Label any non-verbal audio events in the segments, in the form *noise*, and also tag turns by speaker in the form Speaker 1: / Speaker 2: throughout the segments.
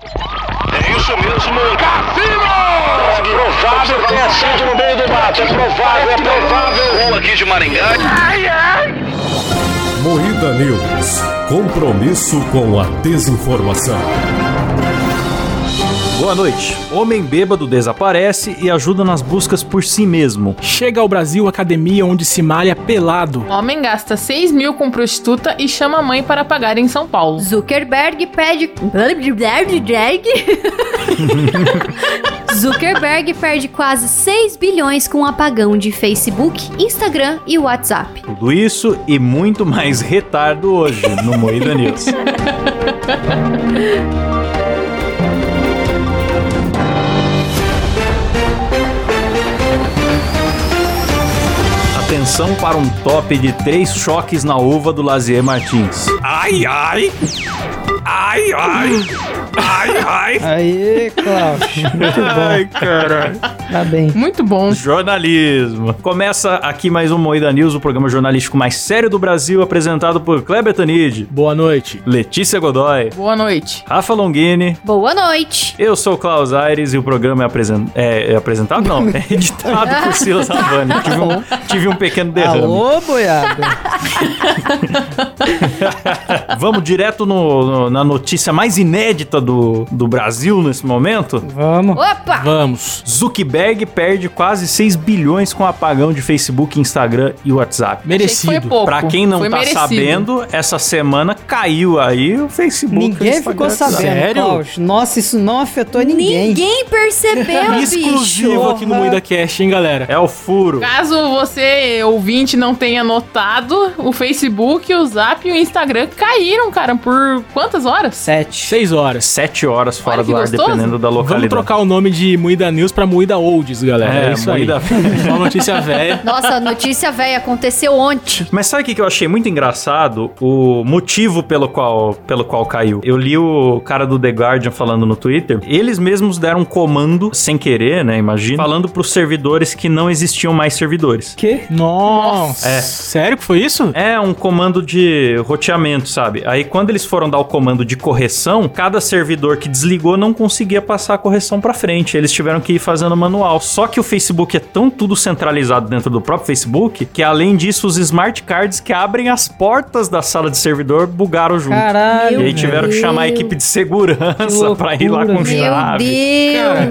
Speaker 1: É isso mesmo. Cassino! É provável que tenha sido no meio do mato. É provável, é provável. Rua aqui de Maringá. Ai, ai.
Speaker 2: Moída News. Compromisso com a desinformação.
Speaker 3: Boa noite. Homem bêbado desaparece e ajuda nas buscas por si mesmo.
Speaker 4: Chega ao Brasil academia onde se malha pelado.
Speaker 5: Um Homem gasta 6 mil com prostituta e chama a mãe para pagar em São Paulo.
Speaker 6: Zuckerberg pede. *laughs* Zuckerberg perde quase 6 bilhões com o apagão de Facebook, Instagram e WhatsApp.
Speaker 3: Tudo isso e muito mais retardo hoje no Moída News. Atenção para um top de três choques na uva do Lazier Martins.
Speaker 7: Ai, ai! Ai, ai! Ai, ai!
Speaker 8: Aê, Cláudio.
Speaker 3: *laughs*
Speaker 8: Muito bom.
Speaker 3: caralho.
Speaker 8: Tá bem.
Speaker 5: Muito bom.
Speaker 3: Jornalismo. Começa aqui mais um Moída News, o programa jornalístico mais sério do Brasil, apresentado por Kleber Tanid,
Speaker 4: Boa noite.
Speaker 3: Letícia Godoy,
Speaker 5: Boa noite.
Speaker 3: Rafa Longini.
Speaker 6: Boa noite.
Speaker 3: Eu sou o Klaus Aires e o programa é, apresen- é- é apresentado? Não, é editado por Silas Havani. Eu Tive um, tive um pequeno derrame.
Speaker 8: Alô, boiada.
Speaker 3: Vamos direto no- no- na notícia mais inédita do, do Brasil nesse momento.
Speaker 8: Vamos.
Speaker 6: Opa!
Speaker 4: Vamos.
Speaker 3: Zuckerberg perde quase 6 bilhões com o apagão de Facebook, Instagram e WhatsApp.
Speaker 4: Merecido.
Speaker 5: Achei que foi pouco.
Speaker 3: Pra quem não
Speaker 5: Foi
Speaker 3: tá
Speaker 5: merecido.
Speaker 3: sabendo, essa semana caiu aí o Facebook. o
Speaker 8: Ninguém
Speaker 3: Instagram,
Speaker 8: ficou
Speaker 3: o
Speaker 8: sabendo,
Speaker 3: WhatsApp.
Speaker 4: Sério?
Speaker 8: Cláudio. Nossa, isso não afetou ninguém.
Speaker 6: Ninguém percebeu, bicho.
Speaker 4: *laughs* Exclusivo aqui no Moída Cast, hein, galera?
Speaker 3: É o furo.
Speaker 5: Caso você, ouvinte, não tenha notado, o Facebook, o Zap e o Instagram caíram, cara, por quantas horas?
Speaker 8: Sete.
Speaker 4: Seis horas.
Speaker 3: Sete horas fora
Speaker 5: Olha que
Speaker 3: do ar,
Speaker 5: gostoso.
Speaker 3: dependendo da
Speaker 4: Vamos
Speaker 3: localidade.
Speaker 4: trocar o nome de Moída News pra Moída Olds, galera.
Speaker 3: É,
Speaker 4: É, isso aí.
Speaker 3: Moída-
Speaker 4: *laughs* Uma notícia velha.
Speaker 6: Nossa, notícia velha aconteceu ontem.
Speaker 3: Mas sabe o que que eu achei muito engraçado? O motivo pelo qual, pelo qual caiu. Eu li o cara do The Guardian falando no Twitter. Eles mesmos deram um comando, sem querer, né? Imagina. Falando pros servidores que não existiam mais servidores.
Speaker 8: Que?
Speaker 4: Nossa.
Speaker 3: É.
Speaker 4: Sério que foi isso?
Speaker 3: É um comando de roteamento, sabe? Aí quando eles foram dar o comando de correção, cada servidor que desligou não conseguia passar a correção pra frente. Eles tiveram que ir fazendo manual. Só que o Facebook é tão tudo centralizado dentro do próprio Facebook que além disso os smart cards que abrem as portas da sala de servidor bugaram junto. e
Speaker 8: Caralho.
Speaker 3: aí
Speaker 6: Meu
Speaker 3: tiveram que
Speaker 6: Deus.
Speaker 3: chamar a equipe de segurança
Speaker 8: Que
Speaker 3: pra ir lá com
Speaker 8: loucura,
Speaker 6: Meu
Speaker 3: chave.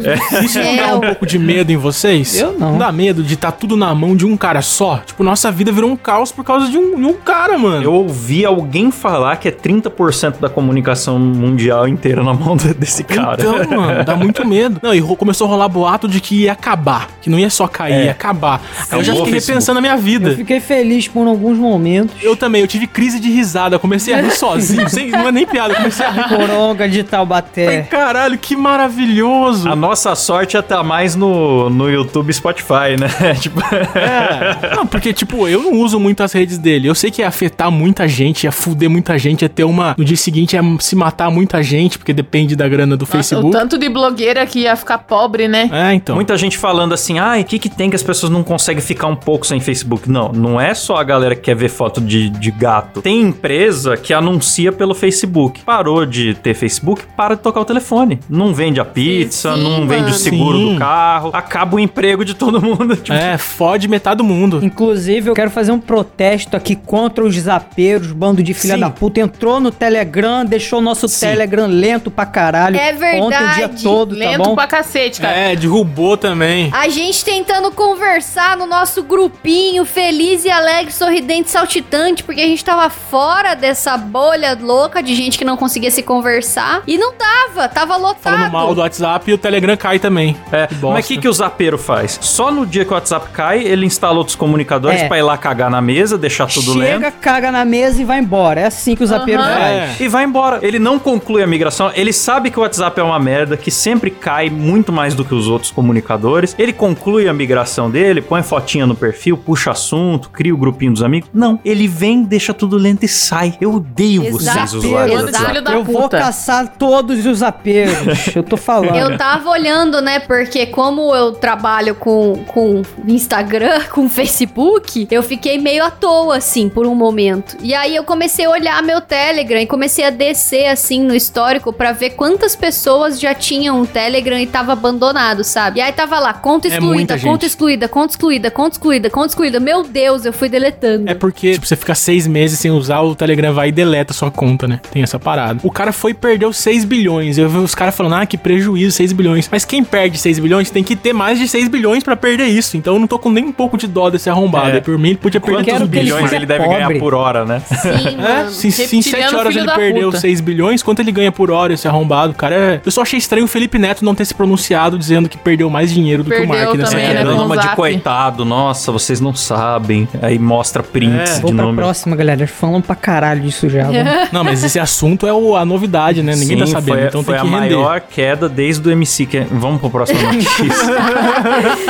Speaker 6: Deus.
Speaker 4: Isso não dá um pouco de medo em vocês?
Speaker 8: É. Eu não.
Speaker 4: Dá medo de estar tudo na mão de um cara só? Tipo, nossa vida virou um caos por causa de um, de um cara, mano.
Speaker 3: Eu ouvi alguém falar que é 30% da comunicação mundial inteira na mão de- desse cara.
Speaker 4: Então, mano, dá muito medo. Não, e ro- começou a rolar boato de que ia acabar. Que não ia só cair,
Speaker 3: É.
Speaker 4: ia acabar. Aí eu já
Speaker 3: Acabou
Speaker 4: fiquei
Speaker 3: o Facebook.
Speaker 4: repensando a minha
Speaker 8: Eu
Speaker 4: vida.
Speaker 8: fiquei feliz por alguns momentos.
Speaker 4: Eu também, eu tive crise de risada. Comecei a rir sozinho, sem, não é nem piada. eu Comecei a rir.
Speaker 8: Coronga de
Speaker 4: Falei,
Speaker 8: Taubaté.
Speaker 4: Caralho, que maravilhoso.
Speaker 3: A nossa sorte é estar mais no, no YouTube e Spotify, né? *laughs* tipo,
Speaker 4: É. Não, porque, tipo, eu não uso muito as redes dele. Eu sei que ia afetar muita gente, ia fuder muita gente, ia ter uma. No dia seguinte ia se matar muita gente, porque depende da grana do
Speaker 5: Nossa, o
Speaker 4: Facebook.
Speaker 5: tanto de blogueira que ia ficar pobre, né?
Speaker 4: É, então.
Speaker 3: muita gente falando assim, ai, o que, que tem que as pessoas não conseguem ficar um pouco sem Facebook? Não, não é só a galera que quer ver foto de, de gato. Tem empresa que anuncia pelo Facebook. Parou de ter Facebook, para de tocar o telefone. Não vende a pizza,
Speaker 5: sim,
Speaker 3: não vende
Speaker 5: mano.
Speaker 3: o seguro
Speaker 4: Sim.
Speaker 3: do carro, acaba o emprego de todo mundo. *laughs* Tipo,
Speaker 4: É, fode metade do mundo.
Speaker 8: Inclusive, eu quero fazer um protesto aqui contra os zapeiros, bando de filha
Speaker 3: Sim.
Speaker 8: da puta. Entrou no Telegram, deixou o nosso
Speaker 3: Sim.
Speaker 8: Telegram lento pra caralho.
Speaker 6: É
Speaker 8: Ontem o dia
Speaker 6: verdade.
Speaker 8: todo,
Speaker 5: Lento
Speaker 8: tá bom?
Speaker 5: pra cacete, cara.
Speaker 4: É, derrubou também.
Speaker 6: A gente tentando conversar no nosso grupinho feliz e alegre, sorridente, saltitante, porque a gente tava fora dessa bolha louca de gente que não conseguia se conversar. E não dava, tava
Speaker 4: Falando
Speaker 6: lotado.
Speaker 4: mal do WhatsApp e o Telegram cai também.
Speaker 3: É,
Speaker 4: Que bosta.
Speaker 3: mas o que, que o zapeiro faz? Só no dia que o WhatsApp cai, ele instala outros comunicadores
Speaker 8: É.
Speaker 3: pra ir lá cagar na mesa, deixar tudo lento.
Speaker 8: Chega, caga na mesa e vai embora. É assim que o zapeiro
Speaker 5: Aham.
Speaker 8: faz.
Speaker 4: É.
Speaker 3: E vai embora. Ele não conclui a migração. Ele sabe que o WhatsApp é uma merda, que sempre cai muito mais do que os outros comunicadores. Ele conclui a migração dele, põe fotinha no perfil, puxa assunto, cria o grupinho dos amigos. Não, ele vem, deixa tudo lento e sai. Eu odeio vocês,
Speaker 6: Exato.
Speaker 3: usuários do
Speaker 5: Exato.
Speaker 3: WhatsApp.
Speaker 5: Filho da
Speaker 8: eu vou
Speaker 5: puta.
Speaker 8: caçar todos os apegos. eu tô falando.
Speaker 6: Eu tava olhando, né? Porque como eu trabalho com, com Instagram, *laughs* com Facebook, eu fiquei meio à toa, assim, por um momento. E aí eu comecei a olhar meu Telegram e comecei a descer, assim, no histórico pra ver quantas pessoas já tinham um Telegram e tava abandonado, sabe? E aí tava lá, conta
Speaker 4: É
Speaker 6: excluída,
Speaker 4: muita
Speaker 6: conta
Speaker 4: gente.
Speaker 6: excluída, conta excluída, conta excluída, conta excluída. Meu Deus, eu fui deletando.
Speaker 4: É porque, tipo, você fica seis meses sem usar, o Telegram vai e deleta sua conta, né? Tem essa parada. O cara foi e perdeu 6 bilhões. Eu vi os caras falando, ah, que prejuízo, 6 bilhões. Mas quem perde 6 bilhões tem que ter mais de 6 bilhões pra perder isso. Então eu não tô com nem um pouco de dó desse arrombado.
Speaker 3: É.
Speaker 4: E Por mim, ele podia perder
Speaker 8: Quantos
Speaker 4: todos os
Speaker 8: bilhões
Speaker 4: bilhões.
Speaker 3: Mas
Speaker 8: Mas
Speaker 3: ele
Speaker 8: é
Speaker 3: deve ganhar
Speaker 8: pobre.
Speaker 3: por hora, né?
Speaker 6: Sim,
Speaker 4: *laughs*
Speaker 6: mano.
Speaker 4: Se, se em
Speaker 5: Reptiliano,
Speaker 4: 7 horas
Speaker 5: filho
Speaker 4: ele
Speaker 5: da
Speaker 4: perdeu
Speaker 5: puta.
Speaker 4: 6 bilhões, quanto ele ganha por hora esse arrombado? O cara é... Eu só achei estranho o Felipe Neto não ter se pronunciado dizendo que perdeu mais dinheiro do que o
Speaker 5: Perdeu
Speaker 4: Mark nessa
Speaker 5: também,
Speaker 4: época.
Speaker 3: É,
Speaker 5: né?
Speaker 3: dando
Speaker 5: com o
Speaker 3: uma de
Speaker 5: zap.
Speaker 3: coitado, nossa, vocês não sabem. Aí mostra
Speaker 4: É.
Speaker 3: prints É, de
Speaker 8: Vamos pra
Speaker 3: números.
Speaker 8: próxima, galera. Falam pra caralho disso
Speaker 6: *laughs*
Speaker 8: já. vamos.
Speaker 4: Não, mas esse assunto é o- a novidade, né? Ninguém tá
Speaker 3: Sim,
Speaker 4: sabendo,
Speaker 3: foi,
Speaker 4: então
Speaker 3: foi
Speaker 4: tem que
Speaker 3: a
Speaker 4: render.
Speaker 3: maior queda desde o MC. Que... é- Vamos pro
Speaker 4: *laughs*
Speaker 3: próximo notícia.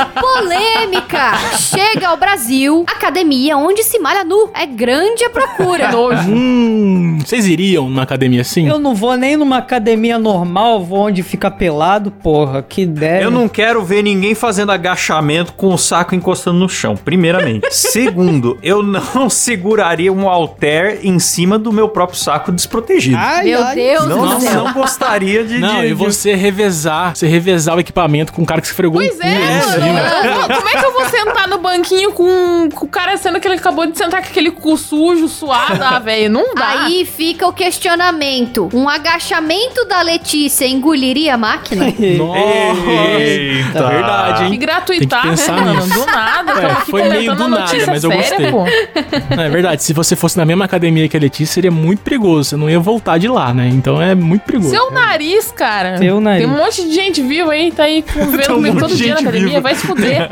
Speaker 6: Polêmica! Chega ao Brasil, academia onde se malha nu. É grande a
Speaker 4: *laughs*
Speaker 6: procura.
Speaker 5: Nojo.
Speaker 4: Hum, vocês iriam na academia assim?
Speaker 8: Eu não vou nem numa academia normal, vou onde fica pelado, porra. Que deve.
Speaker 3: Eu não quero ver ninguém fazendo agachamento com o saco encostando no chão, primeiramente. Segundo, eu não seguraria um halter em cima do meu próprio saco desprotegido.
Speaker 8: Ai,
Speaker 6: Meu
Speaker 8: ai.
Speaker 6: Deus
Speaker 3: não,
Speaker 6: do
Speaker 3: não,
Speaker 6: céu.
Speaker 3: não gostaria de...
Speaker 4: Não,
Speaker 3: de-
Speaker 4: e
Speaker 3: de-
Speaker 4: você revezar, você revezar o equipamento com um cara que esfregou
Speaker 5: Pois
Speaker 4: um cu em
Speaker 5: é,
Speaker 4: cima.
Speaker 5: mano. Não, Como é que eu vou sentar no banquinho com, com o cara sendo que ele acabou de sentar com aquele cu sujo, suado, ah, velho? Não dá.
Speaker 6: Aí fica o questionamento. Um agachamento da Letícia engoliria a máquina?
Speaker 4: Nossa.
Speaker 3: Eita.
Speaker 4: Tá verdade,
Speaker 5: que
Speaker 4: hein?
Speaker 5: gratuitar,
Speaker 4: Tem que
Speaker 5: né,
Speaker 4: pensar
Speaker 5: mano?
Speaker 4: nisso.
Speaker 5: Do nada.
Speaker 4: É,
Speaker 5: cara,
Speaker 4: foi
Speaker 5: fica
Speaker 4: meio
Speaker 5: inventando
Speaker 4: do nada,
Speaker 5: notícia
Speaker 4: mas eu gostei.
Speaker 5: pô.
Speaker 4: Não, é verdade. Se você fosse na mesma academia que a Letícia, seria muito perigoso. Você não ia voltar de lá, né? Então é muito perigoso.
Speaker 5: Seu nariz, cara.
Speaker 8: Seu nariz.
Speaker 5: Tem um monte de gente viva aí, tá aí convivendo
Speaker 4: Tem um
Speaker 5: comigo
Speaker 4: monte
Speaker 5: todo
Speaker 4: de
Speaker 5: dia na
Speaker 4: gente
Speaker 5: academia,
Speaker 4: viva.
Speaker 5: vai se
Speaker 4: *laughs*
Speaker 5: fuder.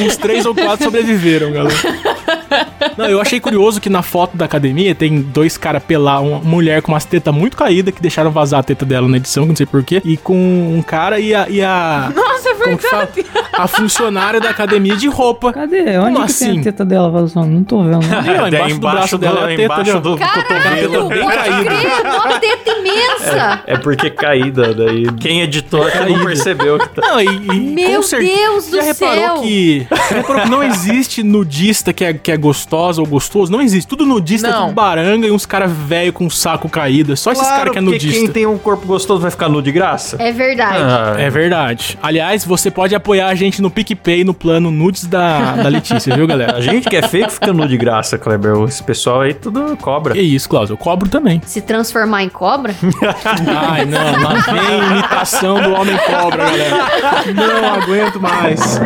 Speaker 4: Uns três ou quatro sobreviveram, galera. Não, eu achei curioso que na foto da academia tem dois caras pelar, uma mulher com umas tetas muito caídas que deixaram vazar a teta dela na edição, que não sei porquê, e com um cara e a. E a
Speaker 5: Nossa, é
Speaker 4: como que fala?
Speaker 5: verdade.
Speaker 4: A funcionária da academia de roupa.
Speaker 8: Cadê? Onde
Speaker 4: Como
Speaker 8: que tem
Speaker 4: assim?
Speaker 8: a teta dela, Valzão? Não tô
Speaker 3: *laughs*
Speaker 8: vendo.
Speaker 4: Ali, ó,
Speaker 3: Daí
Speaker 4: embaixo, do braço dela é a teta. ali, ó.
Speaker 3: embaixo do
Speaker 6: Caralho,
Speaker 3: cotovelo.
Speaker 6: pode
Speaker 4: bem caído.
Speaker 6: crer, uma teta imensa.
Speaker 3: É porque caída daí. Quem editou até não
Speaker 4: É Caída.
Speaker 3: percebeu que tá.
Speaker 4: Não, e, e
Speaker 6: Meu
Speaker 4: com cer-
Speaker 6: Deus do
Speaker 4: já
Speaker 6: céu.
Speaker 4: reparou que já reparou que não existe nudista que é, que é gostosa ou gostoso? Não existe. Tudo nudista,
Speaker 5: Não.
Speaker 4: tudo baranga e uns caras velho com saco caído. É Só esses caras que
Speaker 3: porque
Speaker 4: é nudista.
Speaker 3: quem tem um corpo gostoso vai ficar nu de graça?
Speaker 6: É verdade.
Speaker 3: Ah,
Speaker 4: É verdade. Aliás, você pode apoiar a gente no PicPay, no plano nudes da, da Letícia,
Speaker 3: *laughs*
Speaker 4: viu,
Speaker 3: A
Speaker 4: galera?
Speaker 3: gente que é feio que fica nu de graça, Kleber. Esse pessoal aí tudo cobra.
Speaker 4: Que isso, Cláudio. Eu cobro
Speaker 3: *laughs*
Speaker 4: também.
Speaker 6: Se transformar em cobra?
Speaker 4: Ai, não. Lá vem imitação do homem cobra, galera. Não aguento mais.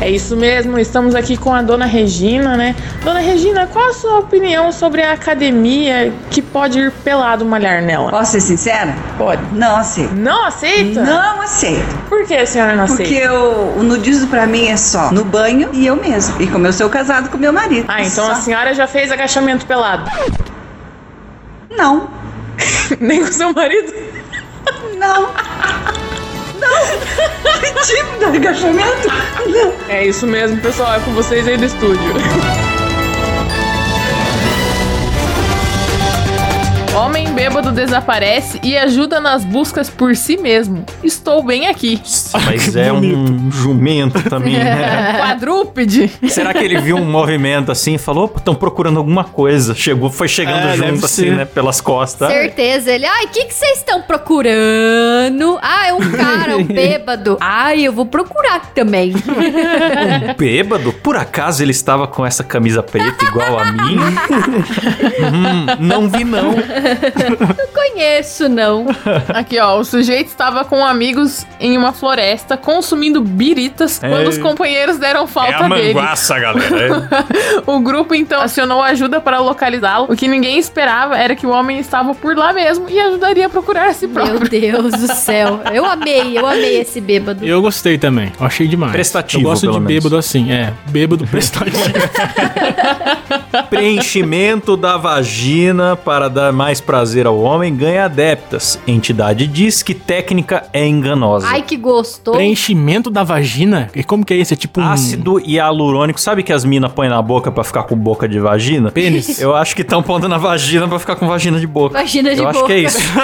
Speaker 5: É isso mesmo, estamos aqui com a dona Regina, né? Dona Regina, qual a sua opinião sobre a academia que pode ir pelado malhar nela?
Speaker 9: Posso ser sincera?
Speaker 5: Pode.
Speaker 9: Não aceito.
Speaker 5: Não aceita?
Speaker 9: Não aceito.
Speaker 5: Por que a senhora não
Speaker 9: Porque
Speaker 5: aceita?
Speaker 9: eu- o nudismo pra mim é só no banho e eu mesmo. E como eu sou casado com meu marido.
Speaker 5: Ah, então
Speaker 9: Só-
Speaker 5: a senhora já fez agachamento pelado. *laughs*
Speaker 9: Não.
Speaker 5: Nem com seu marido?
Speaker 9: Não. *laughs* Não. Que *laughs* tipo de agachamento? Não.
Speaker 5: É isso mesmo, pessoal. É com vocês aí do estúdio. *laughs* Homem bêbado desaparece e ajuda nas buscas por si mesmo. Estou bem *laughs* aqui.
Speaker 4: Ah,
Speaker 3: Mas é um jumento também, né?
Speaker 4: *laughs*
Speaker 5: Quadrúpede.
Speaker 3: Será que ele viu um movimento assim e falou, opa, estão procurando alguma coisa? Chegou, foi chegando
Speaker 4: É,
Speaker 3: junto
Speaker 4: deve
Speaker 3: assim,
Speaker 4: ser.
Speaker 3: né? Pelas costas.
Speaker 6: Certeza. Ele, ai, o que que vocês estão procurando? Ah, é um cara, um bêbado. Ai, eu vou procurar também.
Speaker 3: Um bêbado? Por acaso ele estava com essa camisa preta igual a mim? Hum, não vi não.
Speaker 6: Conheço,
Speaker 5: *laughs*
Speaker 6: não.
Speaker 5: Aqui, ó. O sujeito estava com amigos em uma floresta consumindo biritas quando os companheiros deram
Speaker 7: É
Speaker 5: falta
Speaker 7: a
Speaker 5: dele.
Speaker 7: manguaça, galera.
Speaker 5: O grupo então acionou ajuda para localizá-lo. O que ninguém esperava era que o homem estava por lá mesmo e ajudaria a procurar a si próprio.
Speaker 6: Meu Deus do céu. Eu amei, eu amei esse bêbado.
Speaker 4: Eu gostei também. Eu achei demais.
Speaker 3: Prestativo,
Speaker 4: Eu gosto
Speaker 3: pelo
Speaker 4: de
Speaker 3: menos.
Speaker 4: bêbado assim. É,
Speaker 6: *laughs*
Speaker 4: bêbado *laughs* prestativo. é.
Speaker 3: Preenchimento da vagina para dar mais prazer ao homem ganha adeptas. Entidade diz que técnica é enganosa.
Speaker 6: Ai, que gostoso.
Speaker 4: Preenchimento da vagina? E como que é isso? É tipo um...
Speaker 3: Ácido hialurônico, sabe que as minas põem na boca pra ficar com boca de vagina?
Speaker 4: Pênis.
Speaker 3: Eu acho que estão pondo na vagina pra ficar com vagina de boca. *laughs*
Speaker 6: Vagina de
Speaker 3: Eu acho que
Speaker 6: boca.
Speaker 3: é isso.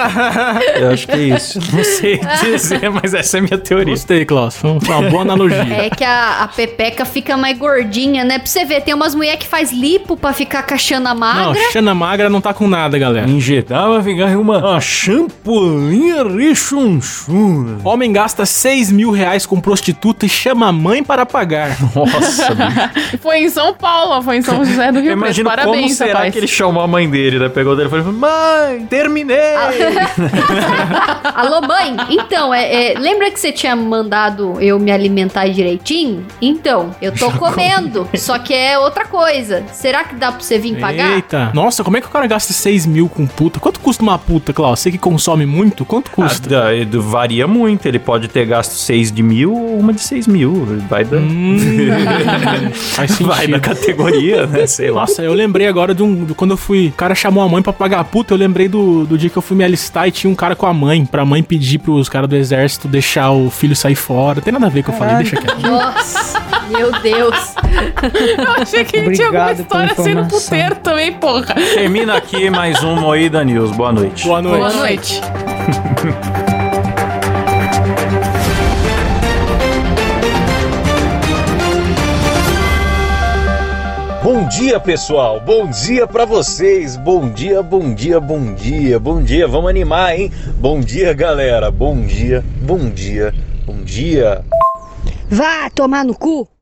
Speaker 3: Eu acho que é isso. Não sei dizer, mas essa é a minha teoria.
Speaker 4: Gostei, Klaus. Foi uma- foi uma boa analogia.
Speaker 6: *laughs* É que a, a pepeca fica mais gordinha, né? Pra você ver, tem umas mulheres que faz lipo pra ficar caixando a *laughs*
Speaker 4: Não,
Speaker 6: magra.
Speaker 4: Xana Magra não tá com nada, galera.
Speaker 3: Hum. Injetava ficar uma, uma champolinha rechonchura.
Speaker 4: Homem gasta 6 mil reais com prostituta e chama a mãe para pagar.
Speaker 3: *laughs*
Speaker 6: *laughs*
Speaker 3: Nossa, bicho.
Speaker 5: Foi em São Paulo, foi em São José
Speaker 3: *laughs*
Speaker 5: do
Speaker 3: Eu
Speaker 5: Rio Preto.
Speaker 3: imagino como
Speaker 5: Parabéns,
Speaker 3: será
Speaker 5: rapaz. *laughs*
Speaker 3: que ele chamou a mãe dele, né? Pegou o telefone e falou, mãe, terminei.
Speaker 6: Ah. Alô, mãe? Então, é, é, lembra que você tinha mandado eu me alimentar direitinho? Então, eu tô comendo, só que é outra coisa. Será que dá pra você vir pagar?
Speaker 4: Eita. Nossa, como é que o cara gasta 6 mil com puta? Quanto custa uma puta, Klaus? Você que consome muito, quanto custa?
Speaker 3: Ah, da- do- varia muito. Ele pode ter gasto 6 de mil ou uma de 6 mil. Vai da, *laughs*
Speaker 4: Hum, Faz sentido.
Speaker 3: vai da categoria, *laughs* né? Sei lá.
Speaker 4: Nossa, eu lembrei agora de um. de quando eu fui. O cara chamou a mãe pra pagar a puta. Eu lembrei do, do dia que eu fui me alistar e tinha um cara com a mãe. Pra mãe pedir pros caras do exército deixar o filho sair fora. Não tem nada a ver com o que eu falei, deixa quieto.
Speaker 6: Nossa, meu Deus.
Speaker 5: Eu achei que ele tinha alguma
Speaker 8: Obrigado pela
Speaker 5: história assim no
Speaker 8: informação.
Speaker 5: puteiro também, porra.
Speaker 3: Termina aqui mais um Moída News. Boa noite.
Speaker 4: Boa noite.
Speaker 5: Boa noite.
Speaker 10: Bom dia, pessoal. Bom dia pra vocês. Bom dia, bom dia, bom dia, bom dia. Vamos animar, hein? Bom dia, galera. Bom dia, bom dia, bom dia.
Speaker 11: Vá tomar no cu.